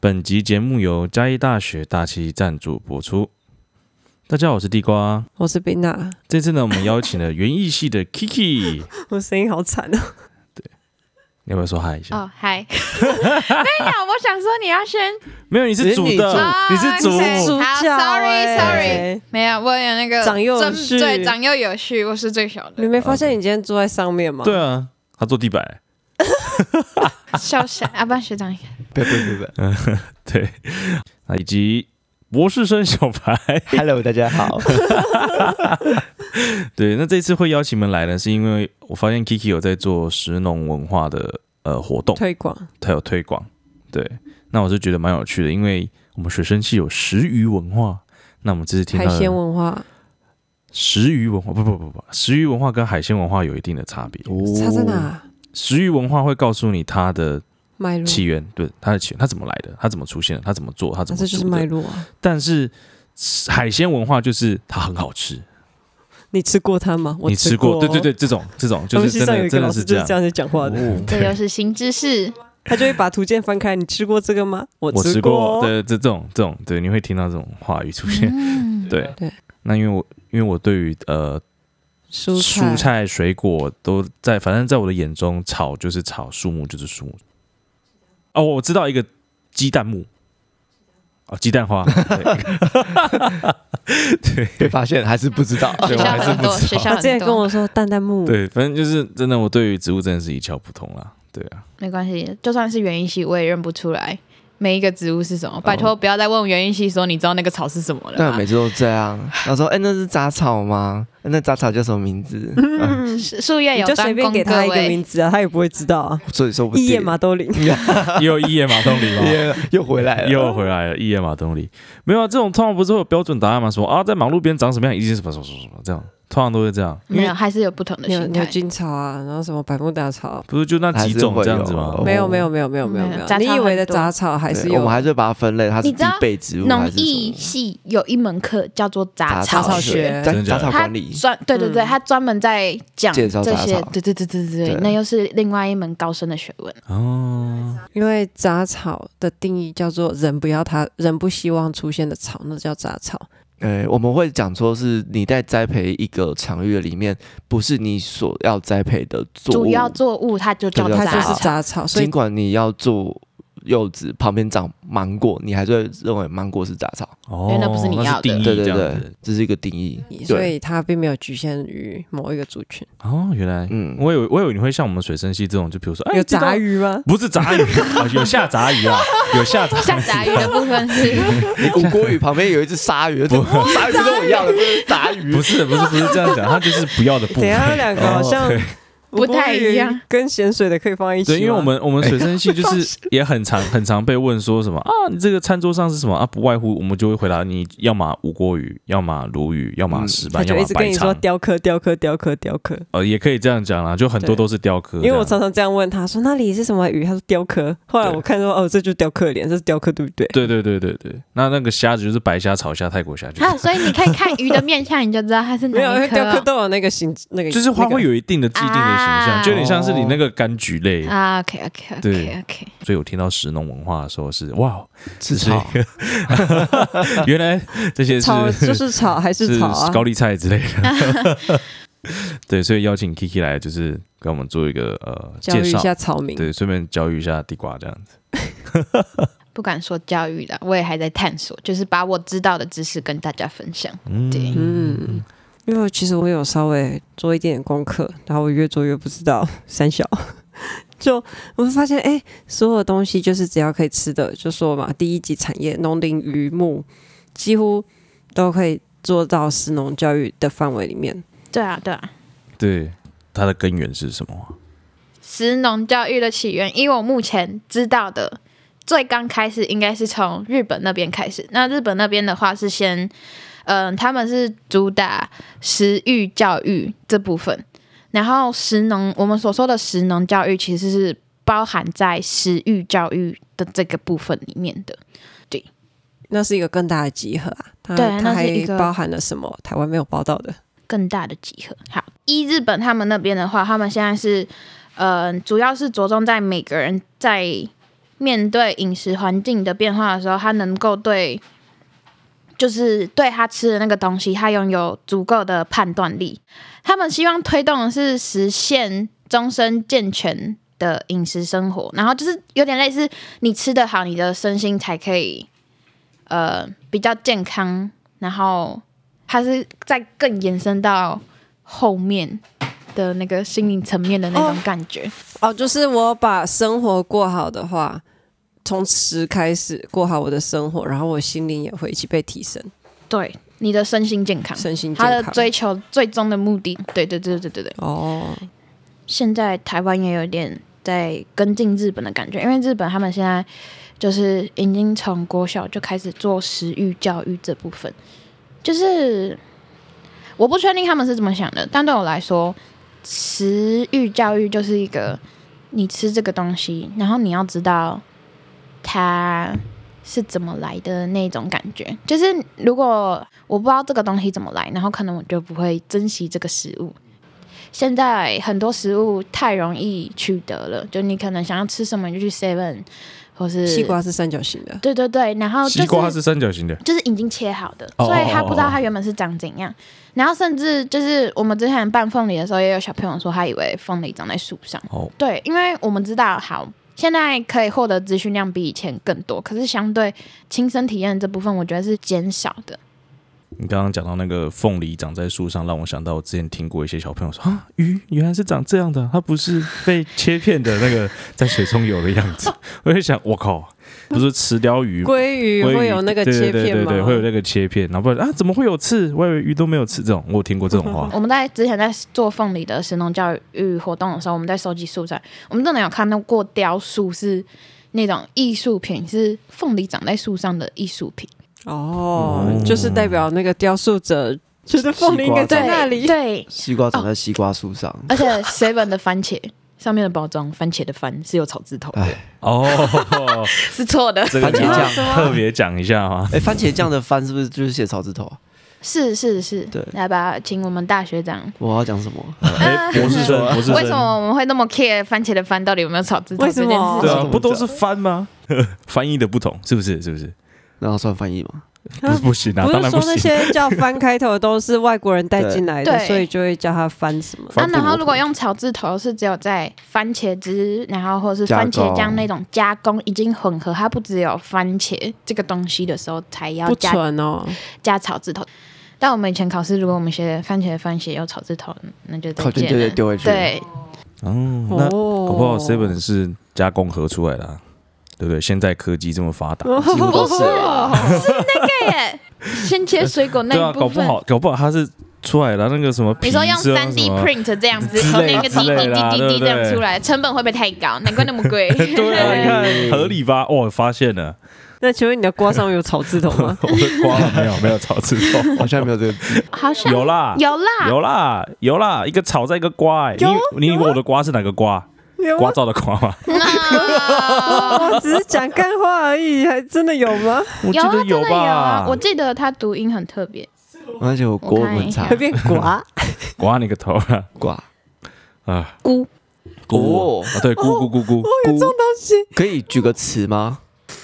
本集节目由嘉义大学大气赞助播出。大家好，我是地瓜。我是冰娜，这次呢，我们邀请了园艺系的 Kiki，我声音好惨 哦。你要不要说嗨一下？啊哦，嗨！ 没有，我想说你要先没有，你是主你是的，女主啊你是主。你是主好，sorry，欸没有，我有那个长幼有尊序对，长幼有序，我是最小 你的，没发现你今天坐在上面吗？对啊，他坐地板。笑死！阿班学长，不不不不对，啊，以及博士生小白。 ，Hello，大 家好。对，那这次会邀请你们来呢，是因为我发现 Kiki 有在做食农文化的呃活动，推广它有推广。对，那我是觉得蛮有趣的，因为我们学生系有食鱼文化，那我们这次听海到的鲜文化食鱼文化，不不不不，食鱼文化跟海鲜文化有一定的差别。差在？哪？食鱼文化会告诉你它的脉络，起源，对它的起源，它怎么来的，它怎么出现的，它怎么做，它怎那么这就煮是的脉络啊。但是海鲜文化就是它很好吃，你吃过它吗？我你吃过，对对对，，这种这 种我就们是系真上有一的个真老的师是就是这这样。样子讲话的， 哦这又是新知识，他就会把图鉴翻开，你吃过这个吗？我我吃过，过，，对这这种这种，对你会听到这种话语出 现。嗯，对对，那因为我因为我对于呃蔬蔬菜、水果都在，反正在我的眼中，草就是草，树木就是树木。哦，我知道一个鸡蛋木，哦，鸡 蛋花，对被发现还是不知道？学校很多，学他校之很前跟多我，说蛋蛋木，对，反正就是真的，我对于植物真的是一窍不通啦。对啊，没关系，就算是园艺系，我也认不出来每一个植物是什么。拜托，不要再问园艺系说你知道那个草是什么了对，吧。每次都这样。然后说，哎，那是杂草吗？那杂草叫什么名字？ 啊树树叶你有就随专便攻，给各他一个名位，字啊，他也不会知道啊。所以说不一叶定。马兜铃，也有一叶马东 林吗？又又回来了，又回来了，一叶马东林没有啊？这种通常不是会有标准答案吗？什么啊，在马路边长什么样，一定是什么什么什么什么这样，通常都会这样，没有，还是有不同的牛心牛态。筋草啊，然后什么百慕达草，啊不是就那几种这样子吗还是会？没有没有没有没有没有没没有有，嗯杂草你以为的很多杂草还对是我有们还是会把它分类，它是你知必道备植物农还是艺什系有一门课叫做杂么？草学，学在真的假杂的草他管理，专对对对，嗯他专门在讲介绍这杂些草，对对对对对对对，那又是另外一门高深的学问。哦，因为杂草的定义叫做人不要它，人不希望出现的草，那叫杂草。呃，我们会讲说是你在栽培一个场域里面，不是你所要栽培的作物，主要作物它就叫对它杂就是草，杂草，所以尽管你要做柚子，旁边长芒果，你还是会认为芒果是杂草。哦，因为那不是你要的定义对对这样对子，这是一个定义。所对，以它并没有局限于某一个族群。哦，原来嗯，我以为我以为你会像我们水生系这种，就比如说哎有这道杂鱼吗？不是杂鱼， 啊有下杂鱼 啊，有下杂像杂鱼的部分是你吴国语旁边有一只鲨鱼， 鲨鱼跟我一样的，这是鲨鱼。不是不是不是这样 讲，它就是不要的部等一分。哦下两个好像不太一样，跟咸水的可以放在一起吗。对，因为我们我们水哎生系就是也很常很常被问说什么啊，你这个餐桌上是什么啊？不外乎我们就会回答你要么五锅鱼，要么鲈鱼，要么石嗯他斑，要就一么直跟白你说肠。雕刻雕刻雕刻雕刻，呃，也可以这样讲啦，就很多对都是雕刻这样。因为我常常这样问他说那里是什么鱼，他说雕刻。后来啊对我看说哦，这就是雕刻脸，这是雕刻对不对？对对对对对，那那个虾子就是白虾、炒虾、泰国虾，就啊，所以你可以看鱼的面相，你就知道它是没有，因哪为一雕刻颗哦啊都有那个形那个，就是它那个会有一定的既定的形象，啊就有点像是你那个柑橘类。啊。OK OK 对 OK OK，所以我听到食农文化的时候是哇，吃是草，原来这些是 草就是草还是草啊？高丽菜之类的。 对，所以邀请 Kiki 来，就是跟我们做一个呃教介育一绍，下草民。对，顺便教育一下地瓜这样子。不敢说教育的，我也还在探索，就是把我知道的知识跟大家分享。对嗯，因为其实我有稍微做一点点功课，然后我越做越不知道 三小，就我会发现，哎、所有东西就是只要可以吃的，就说嘛，第一级产业农林渔牧几乎都可以做到食农教育的范围里面。对啊对啊，对，它的根源是什么啊？食农教育的起源，以我目前知道的，最刚开始应该是从日本那边开始。那日本那边的话是先，嗯、他们是主打食育教育这部分，然后食农，我们所说的食农教育其实是包含在食育教育的这个部分里面的。那是一个更大的集合啊，它对它那还是一个包含了什么？台湾没有报道的，更大的集合。好，依日本他们那边的话，他们现在是，呃，主要是着重在每个人在面对饮食环境的变化的时候，他能够对，就是对他吃的那个东西，他拥有足够的判断力。他们希望推动的是实现终身健全的饮食生活，然后就是有点类似你吃得好，你的身心才可以呃比较健康。然后它是在更延伸到后面的那个心灵层面的那种感觉。哦，就是我把生活过好的话，从吃开始过好我的生活，然后我心灵也会一起被提升，对，你的身心健康，身心健他的康。追求最终的目的。对对对对对对。哦，现在台湾也有点在跟进日本的感觉，因为日本他们现在就是已经从国小就开始做食育教育这部分，就是我不确定他们是怎么想的，但对我来说，食育教育就是一个你吃这个东西，然后你要知道它。是怎么来的那种感觉，就是如果我不知道这个东西怎么来，然后可能我就不会珍惜这个食物，现在很多食物太容易取得了，就你可能想要吃什么你就去 Seven，或是西，瓜是三角形的，对对对，然哦后就是西瓜是三角形的，就是已经切好的，哦所以他不知道它原本是长怎样。然后甚至就是我们之前办凤梨的时候，也有小朋友说他以为凤梨长在树上。哦对，因为我们知道，好，现在可以获得资讯量比以前更多，可是相对亲身体验这部分，我觉得是减少的。。你刚刚讲到那个凤梨长在树上，让我想到我之前听过一些小朋友说啊，鱼原来是长这样的，它不是被切片的那个在水中游的样 子。我就想，我靠，不是池鲷鱼吗。鲑鱼鲑鱼会有那个切对对片对吗？对对，会有那个切片，然后不然啊，怎么会有刺？我以为鱼都没有刺，这种我有听过这种话 我们在之前在做凤梨的神农教育活动的时候，我们在收集素材，我们真的有看到过雕塑是那种艺术品，是凤梨长在树上的艺术品。嗯哦，就是代表那个雕塑者觉得凤梨应该在那里。对， 西瓜哦长在西瓜树上， 而且 seven 的番茄上面的包装，番茄的番是有草字头，哎，哦， 是错的，这个番你茄要酱 特别讲一下哈。哎，番茄酱的番是不是就是写草字头啊？是是是。对来吧，请我们大学长。我要讲什么？哎，博士生， 博士为什生，么我们会那么 care 番茄的番到底有没有草字头为这什件么事对情？啊，不都是翻吗？ 翻译的不同，是不是？是不是？那要算翻译 吗？不是不行啊，不当是然说不那行。些叫翻开头的都是外国人带进来 的，对所以就会叫他翻什么？啊，翻布然后罗如果用草字头是只有在番茄汁，然后或者是加番茄酱工那种加工已经混合，它不只有番茄这个东西的时候才要不加纯哦，嗯加草字头。但我们以前考试，如果我们写番茄番茄有草字头，那就再考卷就见得了。丢回去。，对，哦，那哦，搞不好 Seven 是加工合出来的、啊，对不对？现在科技这么发哦达，几乎都是啊。对耶，先切水果那对啊，一部搞不分。好搞不好它是出来的那个什么皮你是说吧，用三 D 什么 print 这样子，之从类那个滴之滴类滴的啊滴滴对不这对样出来，成本会不会太高？难怪那么 贵。对啊，你对看合理吧？哇，发现了，？那请问你的瓜上有草字头吗我的瓜了没有没有草字头，好像没有这个字，好像有啦有啦，啊有啦有啦，一个草在一个瓜、欸，你你以为我的瓜是哪个瓜？有 瓜啊，照的瓜吗？ 那我只是讲干话而已，还真的有吗？我记啊，得真 的有吧啊，？我记得他读音很特别，而且我国文差会变 瓜？瓜你个头啊！瓜啊，菇咕哦啊，对，咕咕咕哦咕咕，东西，可以举个词吗？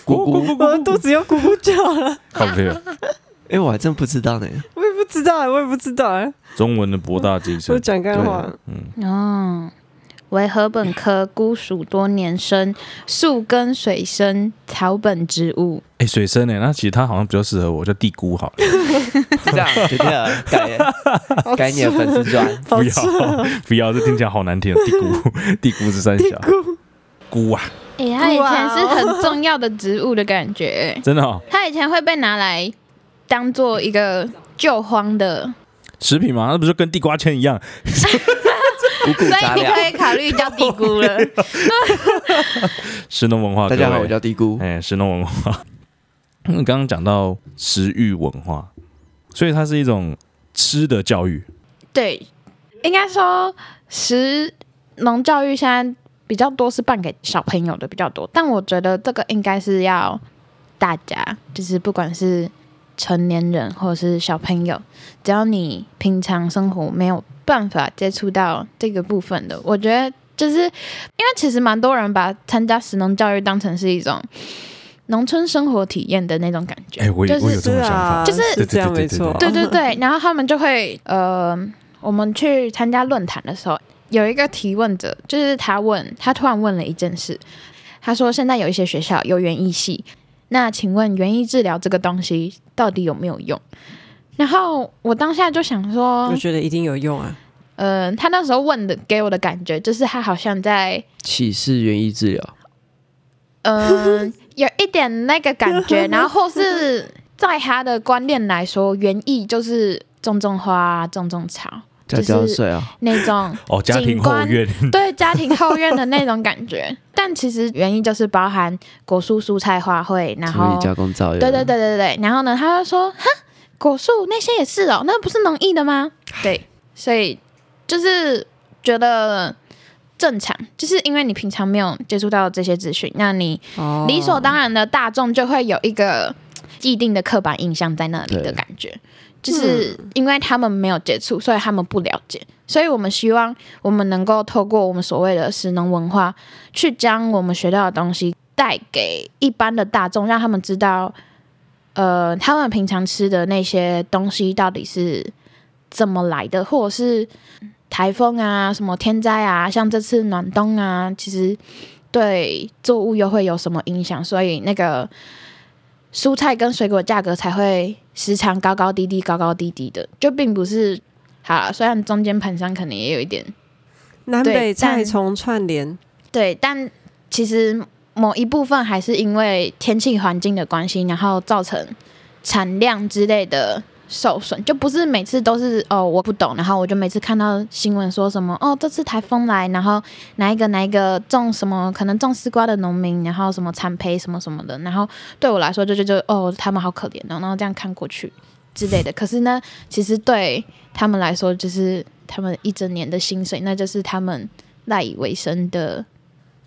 咕咕，咕咕我咕的咕，肚子又咕咕叫了，靠啊不了。哎，我还真不知道呢。我也不知道，我也不知道，中文的博大精我深，讲干话对。哦。为禾本科菇属多年生，树根水生，草本植物。哎、水生呢、那其实它好像比较适合我，叫地菇好了。就这样， 决定了，改好啊改你的粉丝专。好不吃啊要 不要，这听起来好难听、哦。地菇， 地菇是三小菇啊，诶、它哎以前是很重要的植物的感觉、真的、哦、它以前会被拿来当做一个救荒的，食品嘛，那不是跟地瓜签一样？五谷所杂以你可粮。以考虑叫地菇了。神农文化，大家好，各位我叫低估。哎、神农文化。嗯刚刚讲到食育文化，所以它是一种吃的教育。对，应该说食农教育现在比较多是办给小朋友的比较多，但我觉得这个应该是要大家，就是不管是成年人或者是小朋友，只要你平常生活没有办法接触到这个部分的，我觉得。就是因为其实蛮多人把参加食农教育当成是一种农村生活体验的那种感觉，哎，我也就我有是这种想法，就是对对对这样对没对错，对对对，然后他们就会呃，我们去参加论坛的时候，有一个提问者，就是他问他突然问了一件事，他说现在有一些学校有园艺系，那请问园艺治疗这个东西到底有没有用？然后我当下就想说我，觉得一定有用啊。嗯、他那时候问的给我的感觉就是他好像在启示园艺治疗，嗯，有一点那个感觉，然后或是在他的观念来说，园艺就是种种花啊、种种草家就是教税啊，那种哦，家庭后院，对家庭后院的那种感觉。 但其实园艺就是包含果蔬、蔬菜、花卉，然处后理加工造园，对对对对对，然后呢，他就说哈，果树那些也是哦，那不是农艺的吗？对，所以就是觉得。正常，就是因为你平常没有接触到这些资讯，那你哦理所当然的大众就会有一个既定的刻板印象在那里的对感觉，就是因为他们没有接触，所以他们不了解。所以我们希望我们能够透过我们所谓的食农文化，去将我们学到的东西带给一般的大众，让他们知道，呃，他们平常吃的那些东西到底是怎么来的，或者是台风啊、什么天灾啊，像这次暖冬啊，其实对作物又会有什么影响，所以那个蔬菜跟水果价格才会时常高高低低、高高低低的，就并不是好啦虽然中间盘商可能也有一点南对北菜但从串联，对，但其实某一部分还是因为天气环境的关系，然后造成产量之类的受损，就不是每次都是哦我不懂，然后我就每次看到新闻说什么哦这次台风来，然后哪一个哪一个种什么可能种丝瓜的农民，然后什么产赔什么什么的，然后对我来说就就就哦他们好可怜哦，然后这样看过去之类的。可是呢，其实对他们来说就是他们一整年的薪水，那就是他们赖以为生的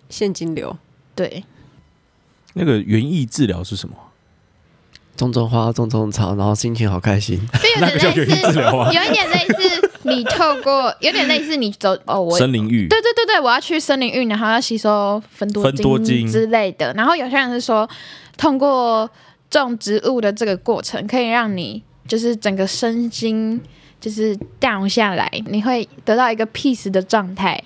现金流。对，那个园艺治疗是什么？种种花，种种草，然后心情好开心，就有那个叫园点艺类治似，疗啊，有一点类似你透过，有点类似你走哦，我森林浴，对对对对，我要去森林浴，然后要吸收芬多芬多精之类的。然后有些人是说，通过种植物的这个过程，可以让你就是整个身心就是 down 下来，你会得到一个 peace 的状态。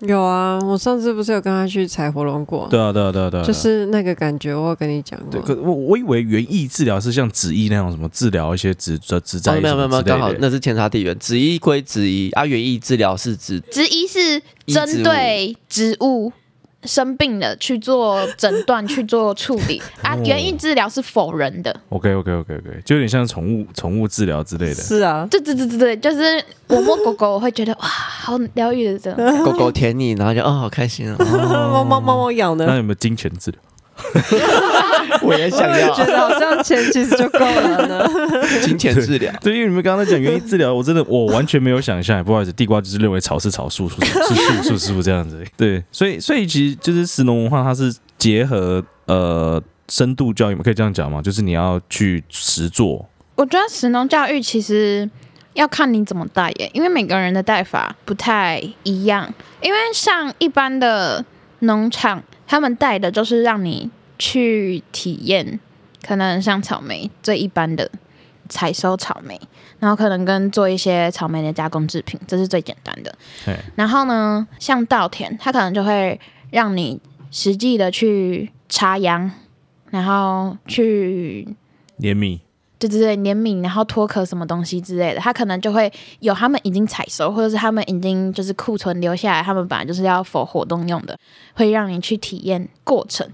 有啊，我上次不是有跟他去采火龙果，对啊对啊对啊对啊，就是那个感觉，我有跟你讲对，过。可我我以为园艺治疗是像植医那种什么治疗一些植植植栽哦没有没有没什么有，之类刚好的那是天差地远，子一归子一，啊，园艺治疗是指之一是针对植物生病了去做诊断、去做处理啊哦，园艺治疗是否人的。 OK OK OK OK，就有点像宠物宠物治疗之类的。是啊，对对对对对，就是我摸狗狗，我会觉得哇，好疗愈的这种感觉。狗狗舔你，然后就哦好开心哦，猫猫猫猫咬呢那，有没有金钱治疗？我也想 我也觉要得好像钱其实就够了呢。金钱治疗， 对，因为你们刚刚在讲园艺治疗，我真的我完全没有想象。不好意思，地瓜就是认为草是草，树是树，是树是树这样子。 对，所以所以其实就是食农文化，它是结合呃深度教育嘛，可以这样讲吗？就是你要去实做，我觉得食农教育其实要看你怎么带耶，因为每个人的带法不太一样。因为像一般的农场，他们带的就是让你去体验，可能像草莓最一般的采收草莓，然后可能跟做一些草莓的加工制品，这是最简单的。嘿，然后呢，像稻田，它可能就会让你实际的去插秧，然后去怜悯。对对对，碾米，然后脱壳什么东西之类的，它可能就会有他们已经采收，或者是他们已经就是库存留下来，他们本来就是要否活动用的，会让你去体验过程。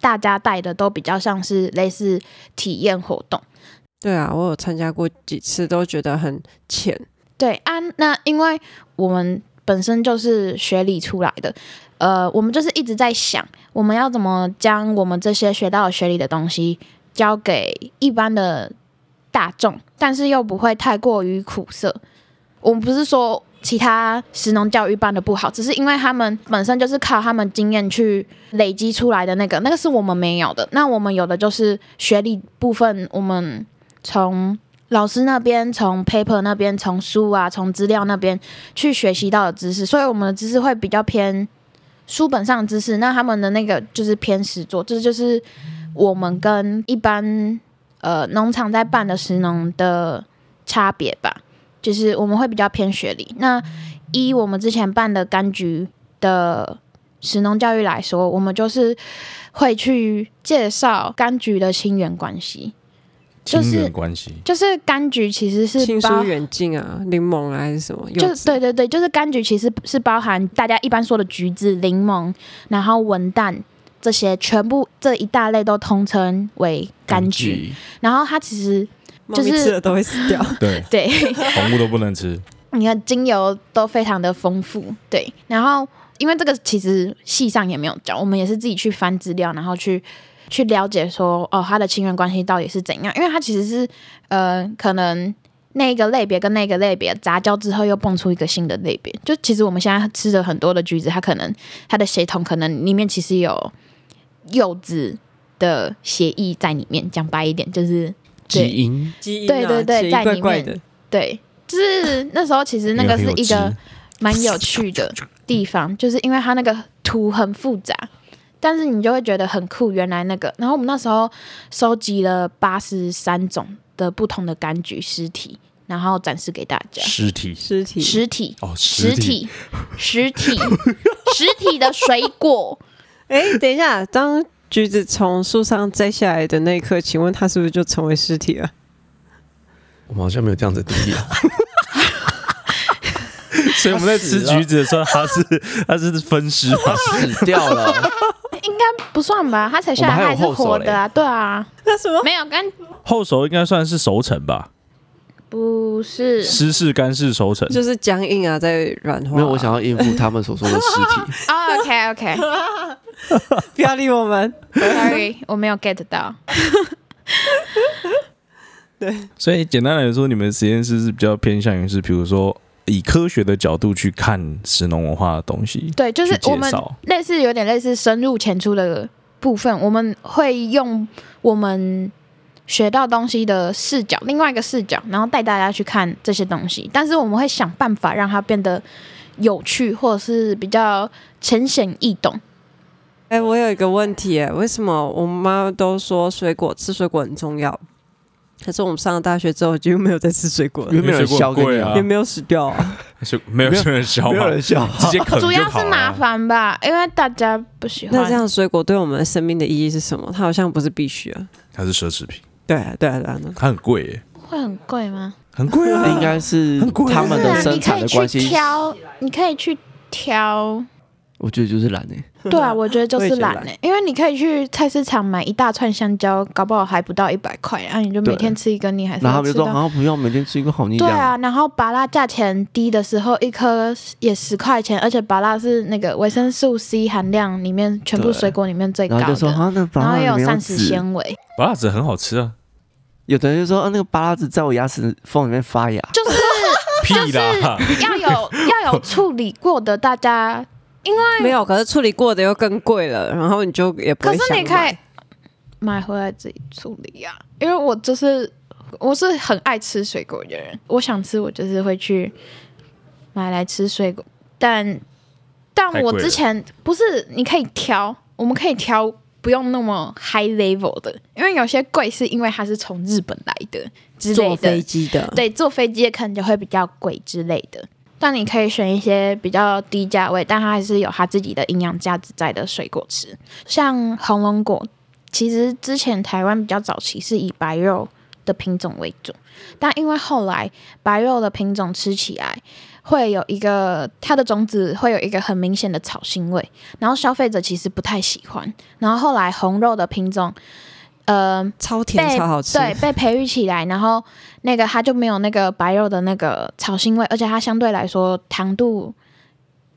大家带的都比较像是类似体验活动。 对啊，我有参加过几次，都觉得很浅。对啊，那因为我们本身就是学理出来的，呃，我们就是一直在想，我们要怎么将我们这些学到的学理的东西交给一般的大众，但是又不会太过于苦涩。我们不是说其他食农教育办的不好，只是因为他们本身就是靠他们经验去累积出来的那个，那个是我们没有的。那我们有的就是学历部分，我们从老师那边、从 paper 那边、从书啊、从资料那边去学习到的知识，所以我们的知识会比较偏书本上的知识，那他们的那个就是偏实作，这就是我们跟一般呃农场在办的食农的差别吧，就是我们会比较偏学理。那依我们之前办的柑橘的食农教育来说，我们就是会去介绍柑橘的亲缘关系，就亲是缘关系，就是柑橘其实是亲包疏远近啊，柠檬啊还是什么？就柚子对对对，就是柑橘其实是包含大家一般说的橘子、柠檬，然后文旦这些，全部这一大类都通称为柑橘。然后它其实猫咪就是吃了都会死掉。对，对红物都不能吃，你看精油都非常的丰富，对。然后因为这个其实系上也没有教，我们也是自己去翻资料，然后去去了解说哦，它的亲缘关系到底是怎样？因为它其实是呃，可能那个类别跟那个类别杂交之后，又蹦出一个新的类别。就其实我们现在吃的很多的橘子，它可能它的血统可能里面其实有柚子的协议在里面。讲白一点，就是基因基因、啊、 对对对奇异在怪里怪面的，对，就是那时候其实那个没是有很有一个汁蛮有趣的地方，就是因为它那个图很复杂，但是你就会觉得很酷。原来那个，然后我们那时候收集了八十三种的不同的柑橘尸体，然后展示给大家。尸 体尸体实体哦，实体，实体， 实体的水果， 哎、等一下，当橘子从树上摘下来的那一刻，请问它是不是就成为尸体了？我们好像没有这样子的定义啊。所以我们在吃橘子的时候，它是它是分尸 吗？ 死掉了，应该不算吧？它才下来，我它们还还有是后手活的啊，对啊，那什么？没有柑后熟应该算是熟成吧，不 是湿式干式熟成。就是僵硬啊，在软化、没有，我想要应付他们所说的尸体。 哦，OK OK，不要理我们。 Sorry，我没有 get 到。所以简单来说，你们实验室是比较偏向于是，比如说以科学的角度去看食农文化的东西。对，就是去介我们绍类似有点类似深入浅出的部分，我们会用我们学到东西的视角，另外一个视角，然后带大家去看这些东西。但是我们会想办法让它变得有趣，或者是比较浅显易懂。哎、我有一个问题、哎，为什么我妈都说水果吃水果很重要？可是我们上了大学之后，几乎没有在吃水果了，因为没有人水果削很给贵你啊啊，也没有死掉 啊。就没有人消没嘛有，人笑。直接啃就主好啊要是麻了。烦吧，因为大家不喜欢。那这样水果对我们生命的意义是什么？它好像不是必须啊。它是奢侈品，对啊，对啊，对啊。它很贵耶，会很贵吗？很贵啊，应该是很贵啊他们是的啊，你生可产以的去关系，挑，你可以去挑。我觉得就是懒欸诶。 对啊，我觉得就我也是觉得懒懒呢、因为你可以去菜市场买一大串香蕉，搞不好还不到一百块，然、啊、后你就每对天吃一根，你还是然后要他们吃就说到。啊，不用每天吃一个好腻这对样。啊，然后拔蜡价钱低的时候，一颗也十块钱，而且拔蜡是那个维生素 C 含量里面全部对水果里面最高然后就说的，啊，那个然芭后拉也有没膳食籽。纤维，巴辣子很好吃啊，有的人就说啊，那个芭拉籽在我牙齿缝里面发芽。就是屁啦，要有要有处理过的，大家。哎没有，可是处理过的又更贵了，然后你就也不可会是想你可买以买回来自己处理啊，因为我就是我是很爱吃水果的人，我想吃我就是会去买来吃水果，但但太贵我了之前不是你可以挑，我们可以挑不用那么 high level 的，因为有些贵是因为它是从日本来的之类坐的，飞机的。对，坐飞机可能就会比较贵之类的。但你可以选一些比较低价位，但它还是有它自己的营养价值在的水果吃，像红龙果。其实之前台湾比较早期是以白肉的品种为主，但因为后来白肉的品种吃起来会有一个它的种子会有一个很明显的草腥味，然后消费者其实不太喜欢。然后后来红肉的品种，呃，超被甜超好吃，对，被培育起来，然后那个它就没有那个白肉的那个草腥味，而且它相对来说糖度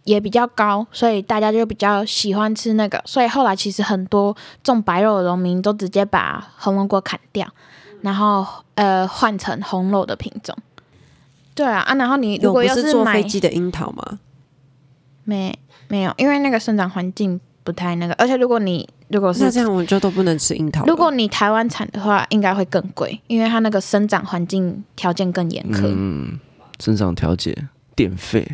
也比较高，所以大家就比较喜欢吃那个。所以后来其实很多种白肉的农民都直接把红龙果砍掉，然后呃换成红肉的品种。对啊啊，然后你如有果不要是坐买飞机的樱桃吗？没没有，因为那个生长环境不太那个，而且如果你如果是那这样我就都不能吃樱桃了。如果你台湾产的话，应该会更贵，因为它那个生长环嗯境条件更严苛。嗯，生长调节、电费，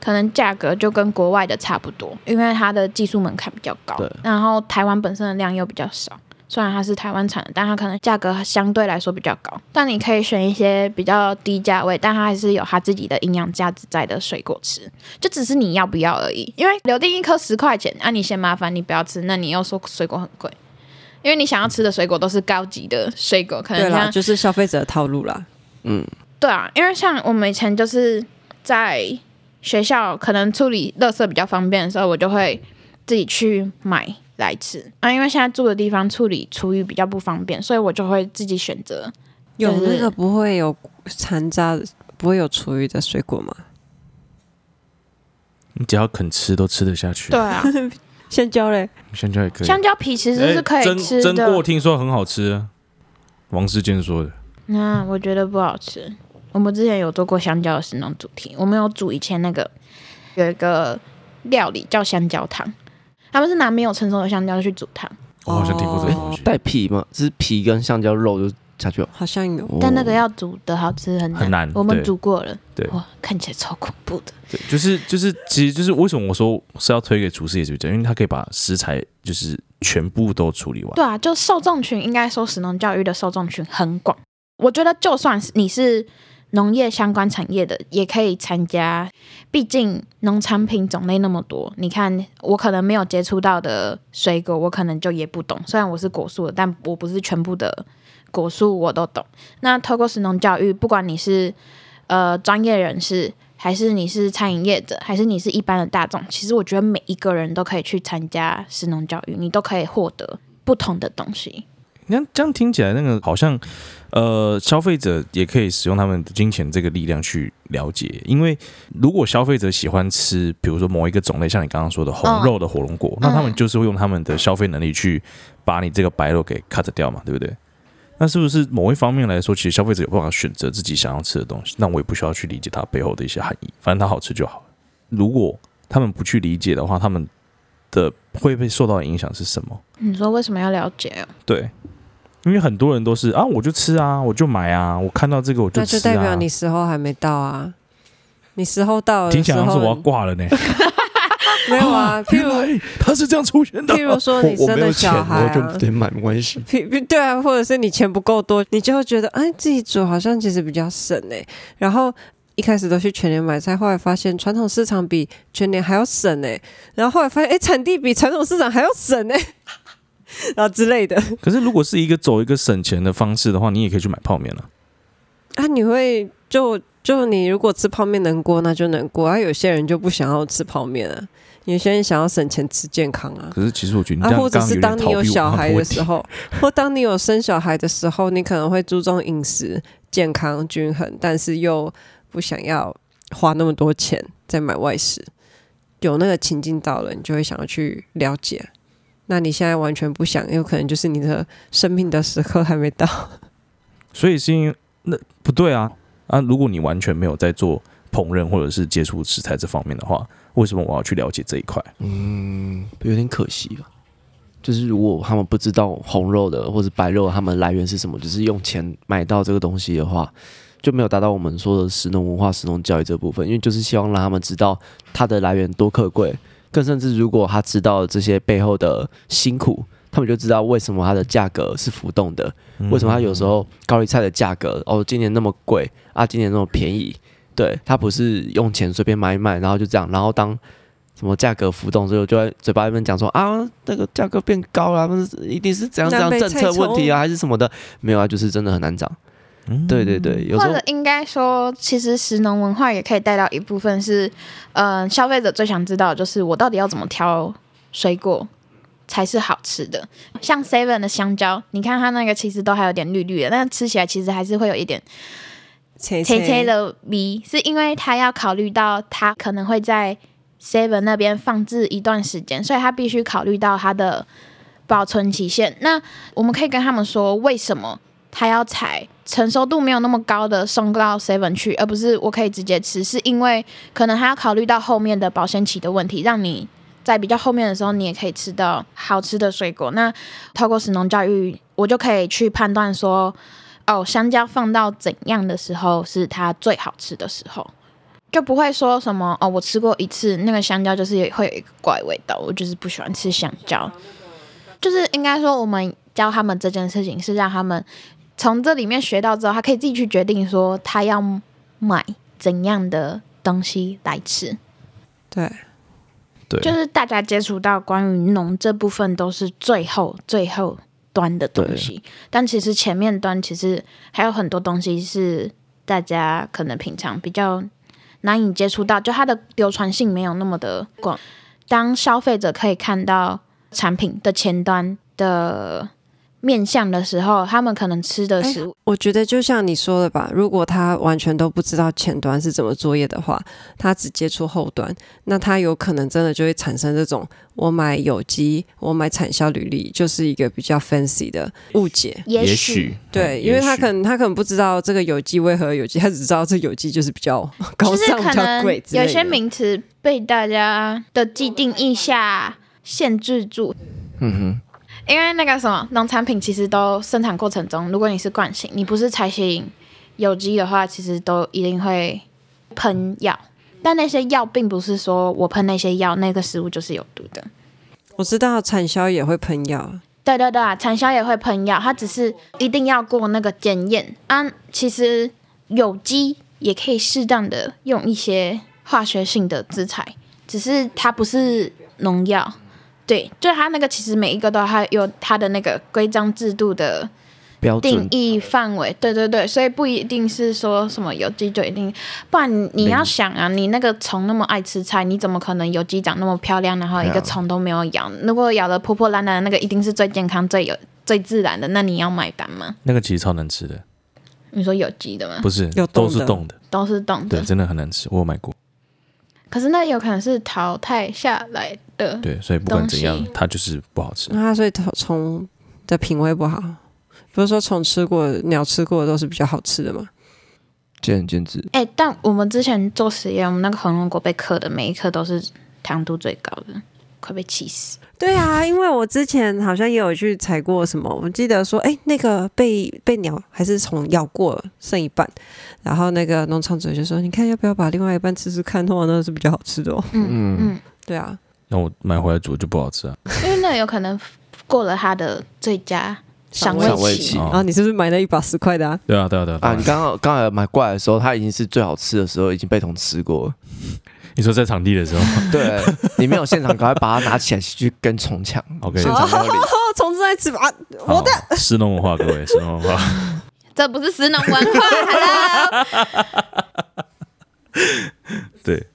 可能价格就跟国外的差不多，因为它的技术门槛比较高对。然后台湾本身的量又比较少，虽然它是台湾产的，但它可能价格相对来说比较高。但你可以选一些比较低价位，但它还是有它自己的营养价值在的水果吃，就只是你要不要而已。因为柳丁一颗十块钱，那、啊你嫌麻烦，你不要吃，那你又说水果很贵。因为你想要吃的水果都是高级的水果，可对能像啦，就是消费者的套路啦。嗯，对啊，因为像我们以前就是在学校可能处理垃圾比较方便的时候，我就会自己去买来吃啊。因为现在住的地方处理厨余比较不方便，所以我就会自己选择。有就是那个不会有残渣、不会有厨余的水果吗？你只要肯吃都吃得下去对，啊，香蕉嘞，香蕉也可以。 香蕉皮其实是可哎以蒸吃蒸过的，听说很好吃啊，王世坚说的。那、我觉得不好吃。我们之前有做过香蕉的食农主题，我们有煮以前那个有一个料理叫香蕉汤，他们是拿没有成熟的香蕉去煮汤。我好像听过这个哦东西，哦带皮吗？是皮跟橡胶肉就下去了。好像有。哦但那个要煮的好吃很难，很难我们对煮过了，对哇，看起来超恐怖的。对，就是就是，其实就是为什么我说是要推给厨师也是这样，因为他可以把食材就是全部都处理完。对啊，就受众群应该说，食农教育的受众群很广。我觉得就算是你是农业相关产业的，也可以参加，毕竟农产品种类那么多。你看，我可能没有接触到的水果，我可能就也不懂。虽然我是果树的，但我不是全部的果树我都懂。那透过食农教育，不管你是呃专业人士，还是你是餐饮业者，还是你是一般的大众，其实我觉得每一个人都可以去参加食农教育，你都可以获得不同的东西。你看这样听起来，那个好像呃，消费者也可以使用他们的金钱这个力量去了解，因为如果消费者喜欢吃，比如说某一个种类，像你刚刚说的红肉的火龙果，那他们就是会用他们的消费能力去把你这个白肉给 cut 掉嘛，对不对？那是不是某一方面来说，其实消费者有办法选择自己想要吃的东西？那我也不需要去理解它背后的一些含义，反正它好吃就好了。如果他们不去理解的话，他们的会被受到的影响是什么？你说为什么要了解哦？对，因为很多人都是啊，我就吃啊，我就买啊，我看到这个我那吃、就啊。代表你时候还没到啊。你时候到听的起时来好像候是我要挂了呢。 没 有啊？譬原如来他是这样出现的。譬如说你我我生没了有钱，小孩我啊就，得买，没关系。譬譬 对啊，或者是你钱不够多，你就会觉得哎，自己煮好像其实比较省哎、然后一开始都去全年买菜，后来发现传统市场比全年还要省哎、然后后来发现哎，产地比传统市场还要省哎、 然后之类的可是如果是一个走一个省钱的方式的话，你也可以去买泡面了。啊，你会就就你如果吃泡面能过，那就能过啊。有些人就不想要吃泡面啊，有些人想要省钱吃健康啊。可是其实我觉得你这啊，样或者刚刚是有当点你逃有避小我孩的的问题时。候， 或当你有生小孩的时候，你可能会注重饮食健康均衡，但是又不想要花那么多钱在买外食。有那个情境到了，你就会想要去了解。那你现在完全不想，有可能就是你的生命的时刻还没到。 所以是因为那不对啊啊！如果你完全没有在做烹饪或者是接触食材这方面的话，为什么我要去了解这一块？嗯，有点可惜了。就是如果他们不知道红肉的或者白肉他们来源是什么，只是用钱买到这个东西的话，就没有达到我们说的食农文化、食农教育这部分。因为就是希望让他们知道它的来源多可贵，更甚至如果他知道这些背后的辛苦，他们就知道为什么它的价格是浮动的，为什么它有时候高丽菜的价格哦今年那么贵啊，今年那么便宜？对，它不是用钱随便买一买，然后就这样，然后当什么价格浮动之后，就在嘴巴里面讲说啊，那个价格变高了，那是一定是怎样怎南样北政策菜问题丑啊，还是什么的？没有啊，就是真的很难涨。嗯对对对，有时或候者应该说，其实食农文化也可以带到一部分是，呃，消费者最想知道的就是我到底要怎么挑水果才是好吃的。像 Seven 的香蕉，你看它那个其实都还有点绿绿的，但吃起来其实还是会有一点切切切的米，是因为他要考虑到他可能会在 Seven 那边放置一段时间，所以他必须考虑到它的保存期限。那我们可以跟他们说，为什么他要采成熟度没有那么高的送到 Seven 去，而不是我可以直接吃，是因为可能他要考虑到后面的保鲜期的问题，让你。在比较后面的时候，你也可以吃到好吃的水果。那透过食农教育，我就可以去判断说，哦，香蕉放到怎样的时候是它最好吃的时候？就不会说什么哦，我吃过一次那个香蕉就是有会有一个怪味道，我就是不喜欢吃香蕉。就是应该说，我们教他们这件事情是让他们从这里面学到之后，他可以自己去决定说他要买怎样的东西来吃。对，对，就是大家接触到关于农这部分，都是最后最后端的东西，但其实前面端其实还有很多东西是大家可能平常比较难以接触到，就它的流传性没有那么的广。当消费者可以看到产品的前端的面向的时候，他们可能吃的食物，我觉得就像你说的吧，如果他完全都不知道前端是怎么作业的话，他只接触后端，那他有可能真的就会产生这种我买有机，我买产销履历，就是一个比较 fancy 的误解。也也哦许许对，嗯因为他也许可能他可能不知道这个有机为何有机，他只知道这有机就是比较高就是尚、可比较能贵之类有的。些名词被大家的既定意下限制住。嗯因为那个什么农产品其实都生产过程中，如果你是惯性，你不是采取有机的话，其实都一定会喷药。但那些药并不是说我喷那些药，那个食物就是有毒的。我知道产销也会喷药，对对对啊，产销也会喷药，它只是一定要过那个检验啊。其实有机也可以适当的用一些化学性的制裁，只是它不是农药。对，就是它那个其实每一个都还有它的那个规章制度的哼，标定准义范围，对对对，所以不一定是说什么有机就一定，不然你你要想啊，你那个虫那么爱吃菜，你怎么可能有机长那么漂亮，然后一对个啊虫都没有咬？如果咬的破破烂烂的，那个一定是最健康、最有最自然的，那你要买单吗？那个其实超难吃的，你说有机的吗？不是有都冻是的冻的，都是动对，的，真的很难吃，我有买过，可是那有可能是淘汰下来的。对，所以不管怎样嗯东西，它就是不好吃。那它所以虫的品味不好。不是说虫吃过、鸟吃过的都是比较好吃的吗？见仁见智。哎、但我们之前做实验，我们那个红龙果被刻的每一颗都是糖度最高的，快被气死。对啊，因为我之前好像也有去采过什么，我记得说，哎，那个被被鸟还是虫咬过了，剩一半，然后那个农场主就说，你看要不要把另外一半吃吃看，通常都是比较好吃的哦。嗯。嗯 对啊，那我买回来煮就不好吃啊，因为那有可能过了他的最佳赏赏味期期。然后哦，你是不是买了一把十块的啊？对啊，对啊，对啊，对啊，啊你刚刚刚才买过来的时候，它已经是最好吃的时候，已经被同吃过 了。你说在场地的时候 对，你没有现场，赶快把它拿起来去跟虫抢。嗯，OK，现场料理，哦，虫子在吃吧，啊好，失农文化，各 位失农文化，这不是食农文化，Hello，对。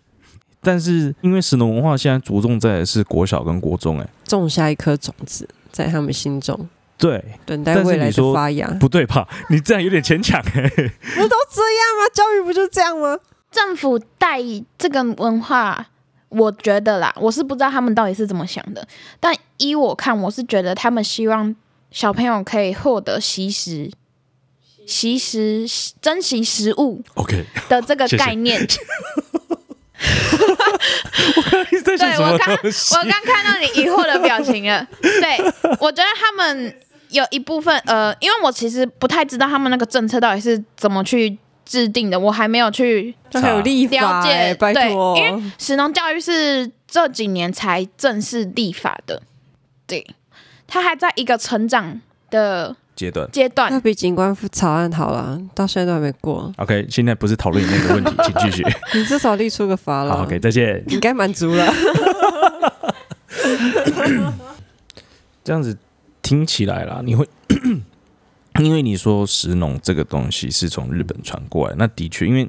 但是因为食农文化现在着重在的是国小跟国中、哎，种下一颗种子在他们心中，对，等待但是未来你说的发芽。不对吧？你这样有点牵强、 哎，不都这样吗？教育不就 这样吗？ 政府带这个文化，我觉得啦，我是不知道他们到底是怎么想的，但依我看，我是觉得他们希望小朋友可以获得习食。习食珍惜食物 OK，的这个谢谢概 念，你 在想对什我么刚东西我？刚看到你疑惑的表情 了。对，我觉得他们有一部分呃，因为我其实不太知道他们那个政策到底是怎么去制定的，我还没有去这还有立法、了解欸，拜对托，因石农教育是这几年才正式立法的，对，他还在一个成长的阶段阶段那。比警官草案好了，到现在都还没过， ，OK，现在不是讨论你那个问 题，请继续。你至少立出个法好了。 ，OK，再见。你该满足了。这样子听起来啦，你会 因为你说石农这个东西是从日本传过来，那的确，因为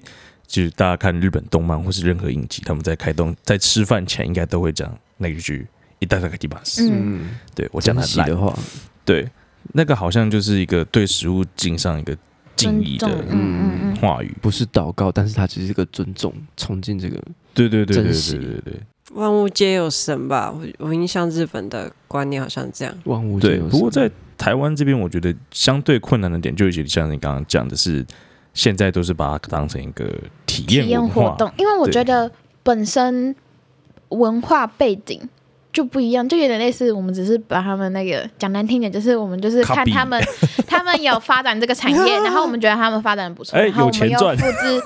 就是大家看日本动漫或是任何影集，他们在开动在吃饭前应该都会讲那一句“一大大个地巴斯”，嗯，嗯， 对我讲珍的惜的烂，话，对，那个好像就是一个对食物敬上一个敬意尊重的嗯嗯嗯，话语，不是祷告，但是它只是一个尊重，崇敬这个。对对对对珍对惜对对。 万物皆有神吧，我我印象日本的观念好像这样。万物皆对，有不过神在台湾这边，我觉得相对困难的点，就有些像你刚刚讲的是，现在都是把它当成一个体体验文活化，动，因为我对觉得本身文化背景就不一样，就有点类似我们只是把他们那个讲难听点，就是我们就是看 Copy 他 们他们有发展这个产业，然后我们觉得他们发展得不错，哎然后我有钱 们又赚复制。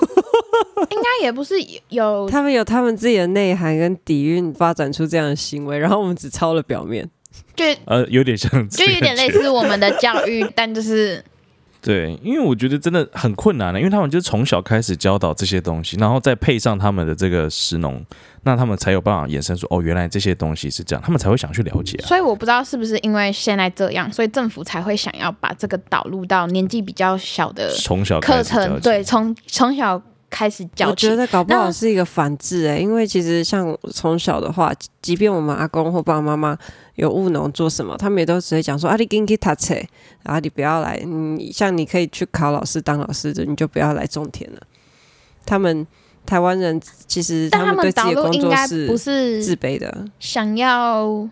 该也不是有他们有他们自己的内涵跟底蕴，发展出这样的行为，然后我们只抄了表面。 就呃，有点像这个感觉，就有点类似我们的教育，但就是啊对，因为我觉得真的很困难的，因为他们就是从小开始教导这些东西，然后再配上他们的这个食农，那他们才有办法衍生出哦，原来这些东西是这样，他们才会想去了解啊。所以我不知道是不是因为现在这样，所以政府才会想要把这个导入到年纪比较小的从小开课始教程，起对，，从从小开始教我起觉。得搞不好那是一个反制哎、因为其实像从小的话，即便我们阿公或爸爸妈妈有务农做什么，他们也都只会讲说啊，你跟去读册，啊，你不要来，你像你可以去考老师当老师的，你就不要来种田了。他们台湾人其实但他们对们自导己的入工应作该不是自是卑的，想要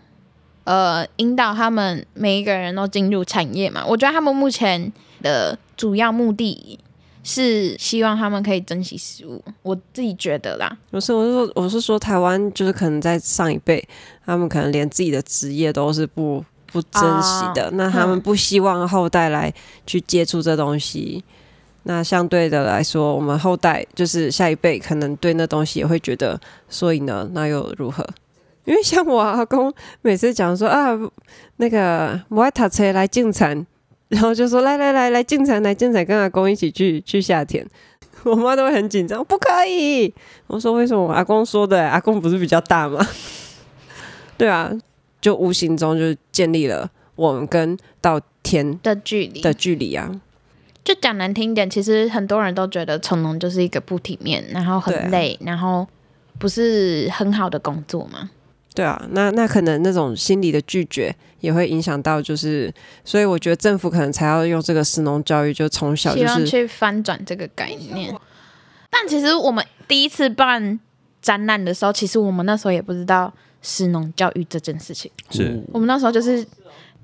呃引导他们每一个人都进入产业嘛？我觉得他们目前的主要目的是希望他们可以珍惜食物，我自己觉得啦。不是，我是说，我是说，台湾就是可能在上一辈，他们可能连自己的职业都是不不珍惜的，那他们嗯不希望后代来去接触这东西。那相对的来说，我们后代就是下一辈，可能对那东西也会觉得，所以呢，那又如何？因为像我阿公每次讲说啊，那个我爱塔车来进城，然后就说来来来来进城来进城，跟阿公一起去去下田。 我妈都会很紧张，不可以，我说为什么我阿公说的、阿公不是比较大吗？ 对啊，就无形中就建立了我们跟稻田的距离，的距离啊。就讲难听一点，其实很多人都觉得从农就是一个不体面，然后对啊很累，然后不是很好的工作嘛。对啊，那那可能那种心理的拒绝也会影响到，就是所以我觉得政府可能才要用这个食农教育，就从小希就望是去翻转这个概念。但其实我们第一次办展览的时候，其实我们那时候也不知道食农教育这件事情。是我们那时候就是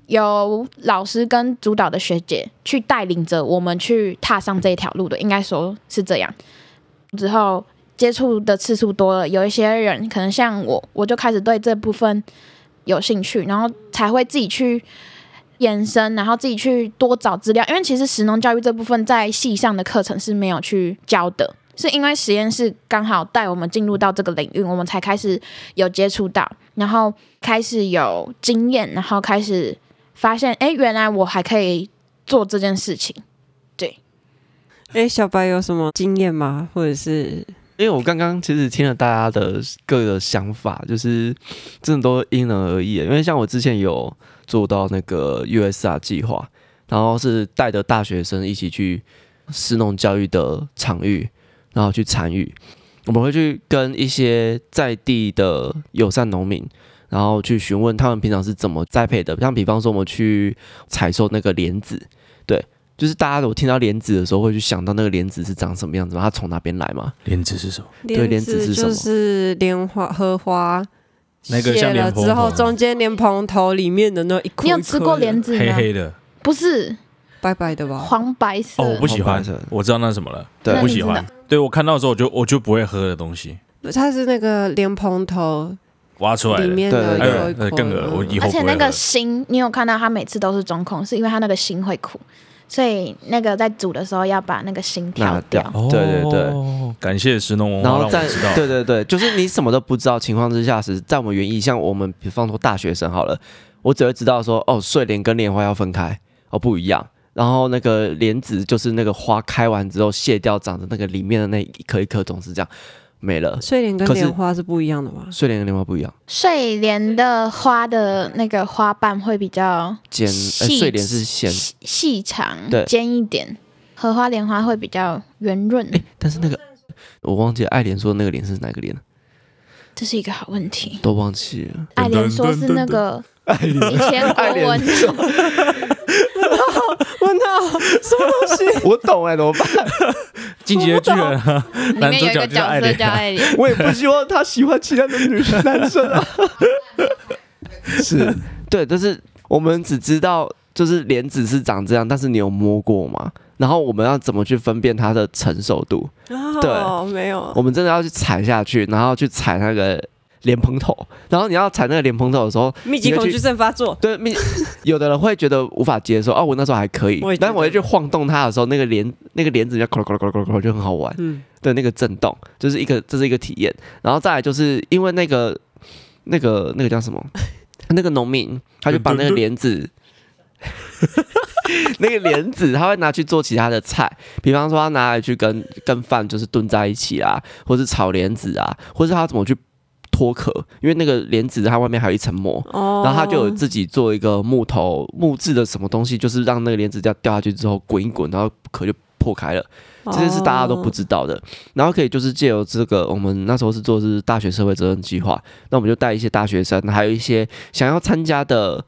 有老师跟主导的学姐去带领着我们去踏上这一条路的，应该说是这样。之后接触的次数多了，有一些人可能像我，我就开始对这部分有兴趣，然后才会自己去延伸，然后自己去多找资料。因为其实食农教育这部分在系上的课程是没有去教的，是因为实验室刚好带我们进入到这个领域，我们才开始有接触到，然后开始有经验，然后开始发现，哎，原来我还可以做这件事情。哎，小白有什么经验吗？或者是因为我刚刚其实听了大家的各个想法，就是真的都因人而异耶。因为像我之前有做到那个 USR 计划，然后是带着大学生一起去市农教育的场域，然后去参与。我们会去跟一些在地的友善农民，然后去询问他们平常是怎么栽培的。像比方说，我们去采收那个莲子，对，就是大家我听到莲子的时候，会去想到那个莲子是长什么样子嘛，它从哪边来嘛。莲子是什么？对莲子是什么就是莲花荷花，那个谢像莲了蓬啊之后，头中间莲蓬头里面的那一颗，你有吃过莲子？子吗？黑黑的不是白白的吧？黄白色。哦，我不喜好白欢嗯色的，我知道那是什么了，我对那不你喜知欢道。对我看到的时候，我就我就不会喝的东西，它是那个莲蓬头挖出来里的。面对的对有呃一，呃颗，更恶，我以后而不且会那个喝。心，你有看到它每次都是中空，是因为它那个心会苦，所以那个在煮的时候要把那个心挑拿掉哦对对对，感谢石农文然化哦让后在我知道。对对对，就是你什么都不知道情况之下，是在我们园艺，像我们比方说大学生好了，我只会知道说哦，睡莲跟莲花要分开哦不一样，然后那个莲子就是那个花开完之后卸掉长的那个里面的那一颗一颗种子这样没了，嗯睡莲跟可是莲花是不一样的吗？睡莲跟莲花不一样，睡莲的花的那个花瓣会比较尖呃细睡莲是咸，细细长对、尖一点，荷花莲花会比较圆润。哎但是那个我忘记爱莲说的那个莲是哪个莲了，这是一个好问题。都忘记 了。爱莲说是那个以前国文，问号什么东西？ 我懂哎、怎么办？进击的巨人啊， 里面有男主角一个就是爱角色莲叫爱莲，我也不希望他喜欢其他的女生男生啊。 是，对，但是我们只知道就是莲子是长这样，但是你有摸过吗？然后我们要怎么去分辨它的成熟度？哦，没啊有我，们真的要去踩下去，然后去踩那个莲蓬头。然后你要踩那个莲蓬头的时候，密集恐惧症发作。对， 你有的人会觉得无法接受。哦，我那时候还可以我也，觉得但我一去晃动它的时候，那个莲那个莲子就咕噜咕噜咕噜咕噜咕噜就很好玩。嗯，的那个震动，就是一个这是一个体验。然后再来就是因为那个那个那个叫什么，那个农民他就把那个帘子。 那个帘子，他会拿去做其他的菜，比方说他拿来去跟跟饭就是炖在一起啊，或是炒莲子啊，或是他怎么去脱壳，因为那个莲子它外面还有一层膜，哦，然后他就有自己做一个木头木质的什么东西，就是让那个帘子掉掉下去之后滚一滚，然后壳就破开了。哦这些是大家都不知道的。然后可以就是借由这个，我们那时候是做的是大学社会责任计划，那我们就带一些大学生，还有一些想要参加的。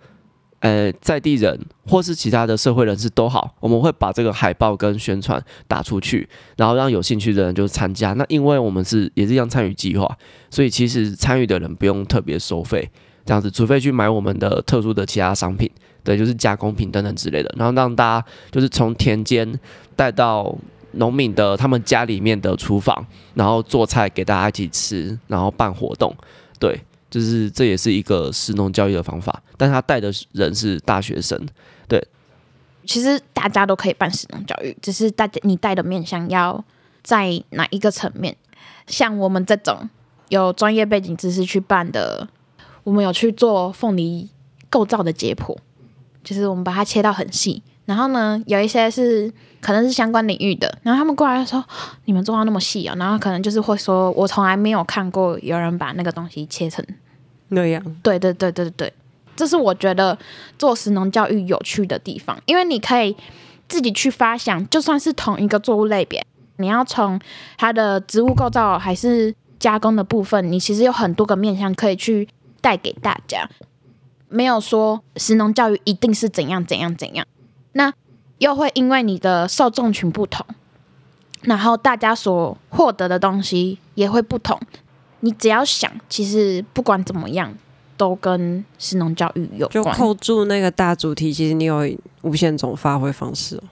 呃，在地人或是其他的社会人士都好，我们会把这个海报跟宣传打出去，然后让有兴趣的人就参加。那因为我们是也是一样参与计划，所以其实参与的人不用特别收费，这样子，除非去买我们的特殊的其他商品，对，就是加工品等等之类的，然后让大家就是从田间带到农民的他们家里面的厨房，然后做菜给大家一起吃，然后办活动，对，就是这也是一个食农教育的方法，但是他带的人是大学生， 其实大家都可以办实农教育，只是大家你带的面向要在哪一个层面。像我们这种有专业背景知识去办的，我们有去做凤梨构造的解剖，就是我们把它切到很细。然后呢，有一些是可能是相关领域的，然后他们过来说你们做到那么细哦，然后可能就是会说，我从来没有看过有人把那个东西切成那样，对对对对对，这是我觉得做食农教育有趣的地方，因为你可以自己去发想，就算是同一个作物类别，你要从它的植物构造还是加工的部分，你其实有很多个面向可以去带给大家。没有说食农教育一定是怎样怎样怎样，那又会因为你的受众群不同，然后大家所获得的东西也会不同。你只要想，其实不管怎么样，都跟食农教育有就关。扣住那个大主题，其实你有无限种发挥方式哦。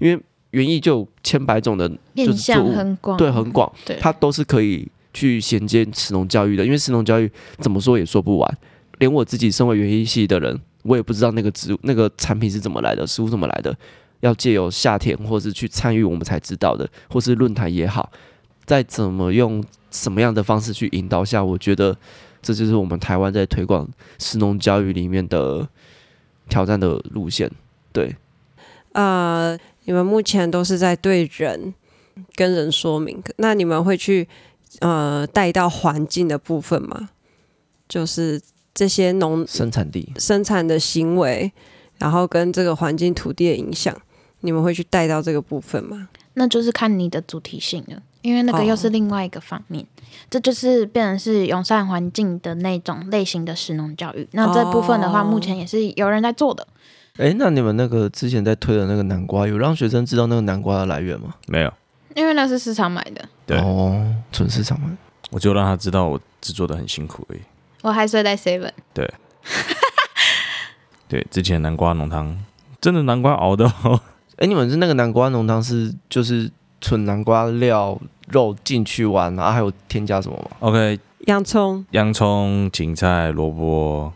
因为园艺就有千百种的，面就向是作物很广，对，很广，对它都是可以去衔接食农教育的，因为食农教育怎么说也说不完，连我自己身为园艺系的人，我也不知道那个植物那个产品是怎么来的，食物怎么来的，要借由夏天或是去参与我们才知道的，或是论坛也好，再怎么用什么样的方式去引导下，我觉得这就是我们台湾在推广食农教育里面的挑战的路线，对。呃，你们目前都是在对人跟人说明，那你们会去呃带到环境的部分吗？就是这些农生产地生产的行为，然后跟这个环境土地的影响，你们会去带到这个部分吗？那就是看你的主题性了，因为那个哦又是另外一个方面。这就是变成是友善环境的那种类型的食农教育。那这部分的话，哦目前也是有人在做的。哎，那你们那个之前在推的那个南瓜，有让学生知道那个南瓜的来源吗？没有，因为那是市场买的，对哦，纯市场吗？我就让他知道我制作的很辛苦而已。我还睡在 seven，对，之前南瓜浓汤真的南瓜熬的、哦，哎，你们是那个南瓜浓汤是就是纯南瓜料肉进去玩，然后还有添加什么吗？ OK，洋葱、洋葱、芹菜、萝卜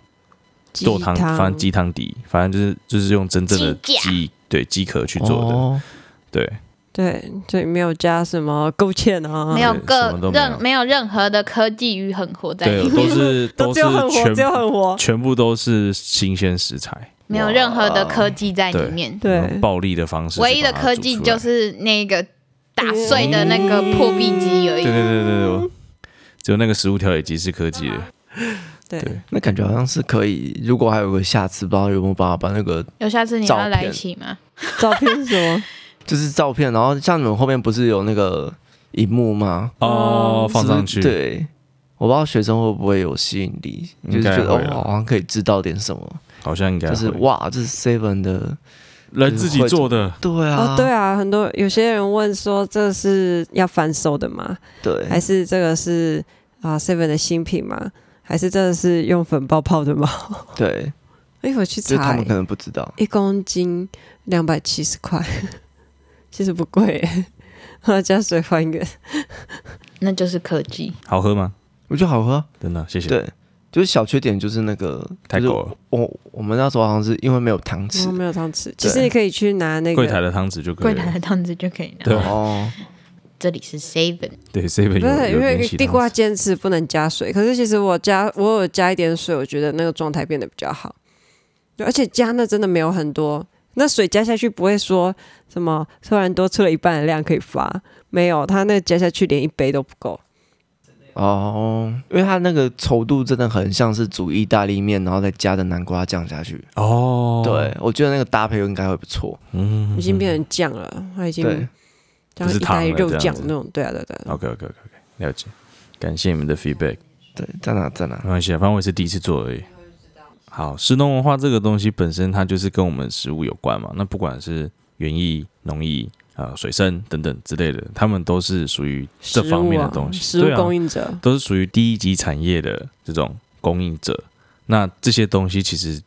鸡做汤，反正鸡汤底，反正就是就是用真正的鸡架鸡对鸡壳去做的，哦对，对，对，没有加什么勾芡啊，没有对什个么都没有任没有任何的科技与狠活在对里，面，都 是都是只有很活，只有全很活，全部都是新鲜食材，没有任何的科技在里面。用对，暴力的方式去把它唯煮出来，一的科技就是那个打碎的那个破壁机而已对。对对对对，嗯我只有那个食物调理机是科技的，对对，那感觉好像是可以，如果还有个下次，不知道有没有办法把那个有下次你照要来一片起吗？照片是什么？就是照片，然后像你们后面不是有那个荧幕吗？哦，放上去，是不是对，我不知道学生会不会有吸引力，就是觉应得该会哦啦，好像可以知道点什么，好像应该就是会哇，这是 Seven 的，人自己做的，对 哦啊，，对啊，很多有些人问说这是要翻售的吗？对还是这个是啊 Seven 的新品吗？还是这个是用粉包泡的吗？ 对，哎、我去就是他查、们可欸，能不知道，一公斤两百七十块， 其实不贵、欸， 我要加水还原。那就是科技。好喝吗？我觉得好喝啊，真的，谢谢，对，就是小缺点就是那个，太就是狗了，我我们那时候好像是因为没有糖我吃，没有汤匙，其实你可以去拿那柜台个的汤匙就可柜以台了，嗯的汤匙就可以拿。对哦，这里是 Seven，对，seven 不是有有因为联系地到瓜坚持不能加水，可是其实我加我有加一点水，我觉得那个状态变得比较好。对而且加那真的没有很多，那水加下去不会说什么突然多出了一半的量可以发，没有，它那加下去连一杯都不够。哦，因为它那个稠度真的很像是煮意大利面，然后再加的南瓜酱下去。哦，对，我觉得那个搭配应该会不错。嗯，嗯已经变成酱了，它已对经，像不是意大糖利了肉这样酱子哦那种，对啊对啊对啊。 OK OK OK OK，了解，感谢你们的 feedback，对，在哪在哪没？关系啊，反正我也是第一次做而已。好，食农文化这个东西本身它就是跟我们食物有关嘛，那不管是园艺、农艺。啊，水生等等之类的，他们都是属于这食方物面的啊东西，食对物啊供应者，都是属于第一级产业的这种供应者。那这些东西其实，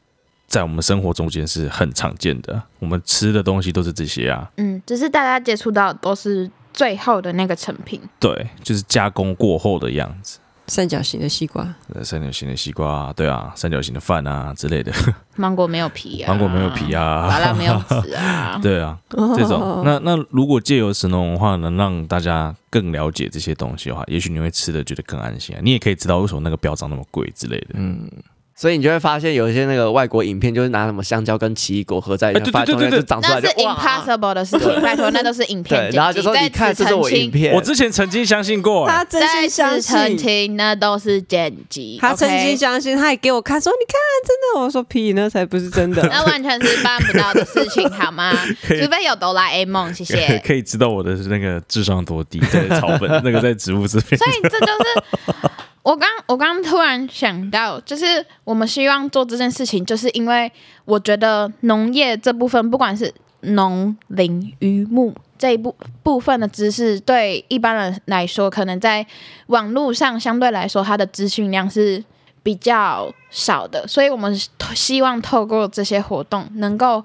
在我们生活中间是很常见的，我们吃的东西都是这些啊。嗯，只是大家接触到的都是最后的那个成品，对，就是加工过后的样子，三角形的西瓜，呃三角形的西瓜、啊，对啊，三角形的饭啊之类的，芒果没有皮啊，芒果没有皮，啊，，芭乐没有哦籽 啊 对啊，这种。那那如果借由神农文化能让大家更了解这些东西的话，也许你会吃的觉得更安心啊，你也可以知道为什么那个标章那么贵之类的。嗯，所以你就会发现有一些那个外国影片，就是拿什么香蕉跟奇异果合在一哎起，对发现对对东西对就长出那来是就哇 impossible 的事情，拜托，那都是影片剪对，辑。然后就说在你看，此这是我澄清影片，我之前曾经相信过、哎他真再心相次澄信，清，那都是剪辑。他真心 OK 相信，他也给我看说你看真的，我说屁，那才不是真 的。那完全是办不到的事 情，好吗？除非有哆啦 A 梦，谢谢。 可以知道我的那个智商多低，在草 本那个在植物这边所，以这就是我刚我刚突然想到，就是我们希望做这件事情，就是因为我觉得农业这部分，不管是农林渔牧这一部部分的知识，对一般人来说，可能在网络上相对来说，它的资讯量是比较少的，所以我们希望透过这些活动，能够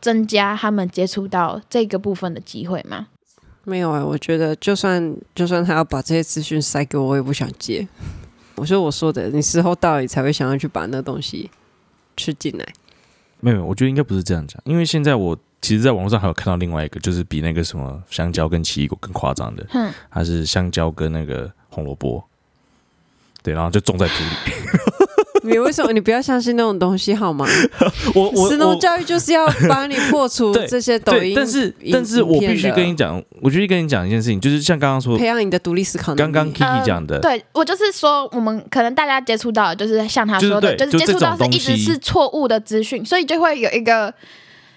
增加他们接触到这个部分的机会嘛。没有哎、我觉得就算就算他要把这些资讯塞给我，我也不想接。我说我说的，你时候到了，你才会想要去把那东西吃进来。没有，我觉得应该不是这样讲，因为现在我其实，在网络上还有看到另外一个，就是比那个什么香蕉跟奇异果更夸张的，哼，它是香蕉跟那个红萝卜，对，然后就种在土里。你为什么你不要相信那种东西好吗？ 我 我神我农教育就是要帮你破除对这些抖对， 音，但是影但是我影片必须的跟你讲，我必须跟你讲一件事情，就是像刚刚 说培，养你的独立思考能力。刚刚 Kiki 嗯讲的，对我就是说，我们可能大家接触到的就是像他就是说的，对就是就接触这到种东是一直西是错误的资讯，所以就会有一个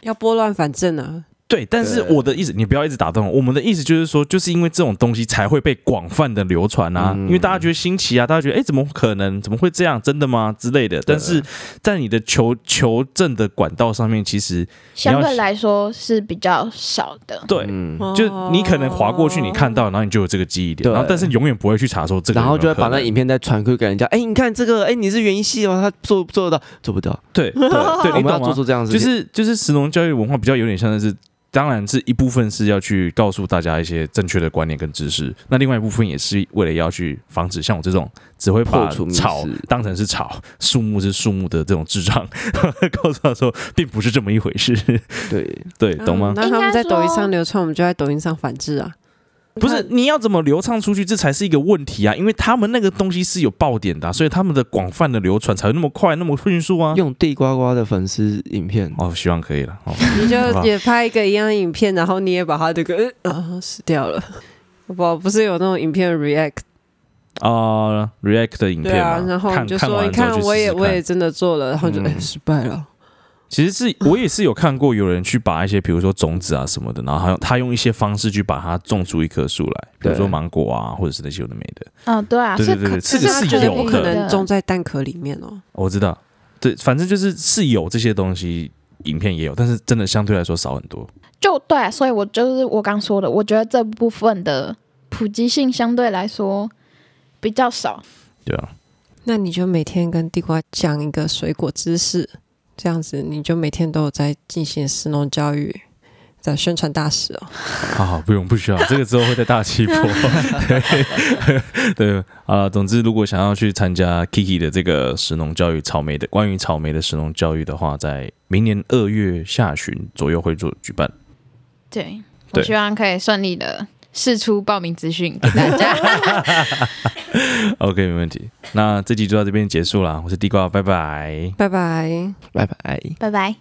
要拨乱反正啊！对，但是对我的意思，你不要一直打断我。我们的意思就是说，就是因为这种东西才会被广泛的流传啊，因为大家觉得新奇啊，大家觉得哎，诶怎么可能？怎么会这样？真的吗？之类的。但是在你的求求证的管道上面，其实相对想来说是比较少的。对，嗯，就你可能划过去，你看到，然后你就有这个记忆点，对然后但是永远不会去查说这个有然没有后可能，就会把那影片再传回给人家，哎，你看这个，哎，你是园艺系哦，他做不做得到？做不到， 对对对，我你们要懂吗啊做出这样子，就是就是石农教育文化比较有点像是，当然是一部分是要去告诉大家一些正确的观念跟知识，那另外一部分也是为了要去防止像我这种只会把破除迷思草当成是草，树木是树木的这种智障， 告诉他说 并不是这么一回事， 对，对，懂吗嗯？那他们在应该抖说音上流窜，我们就在抖音上 反制啊！不是你要怎么流畅出去，这才是一个问题啊！因为他们那个东西是有爆点的啊、所以他们的广泛的流传才会那么快、那么迅速啊！用地瓜瓜的粉丝影片，哦，希望可以了。哦，你就好不好也拍一个一样影片，然后你也把它这个呃啊死掉了。不，不是有那种影片 react 啊、r e a c t 的影对片啊嘛，然后看你就看说完你之后去我也试试我看也真的做了，然后就、嗯哎失败 了。其实是我也是有看过有人去把一些，比如说种子啊什么的，然后他用他用一些方式去把它种出一棵树来，比如对说芒果啊，或者是那些有的没的。嗯，对啊，对是对对可对这可个是他是绝对有不的可能种在蛋壳里面哦。我知道，对，反正就是是有这些东西，影片也有，但是真的相对来说少很多。就对啊，所以我就是我刚说的，我觉得这部分的普及性相对来说比较少。对啊，那你就每天跟地瓜讲一个水果知识，这样子你就每天都有在进行食农教育的宣传大使哦。好好，啊不用不需要，这个之后会再大气波。 对啊，总之如果想要去参加 Kiki 的这个食农教育草莓的关于草莓的食农教育的话，在明年二月下旬左右会做举办。对，对我希望可以顺利的试出报名资讯给大家。 OK，没问题。那这集就到这边结束啦，我是地瓜，拜拜。拜拜。拜拜。拜拜。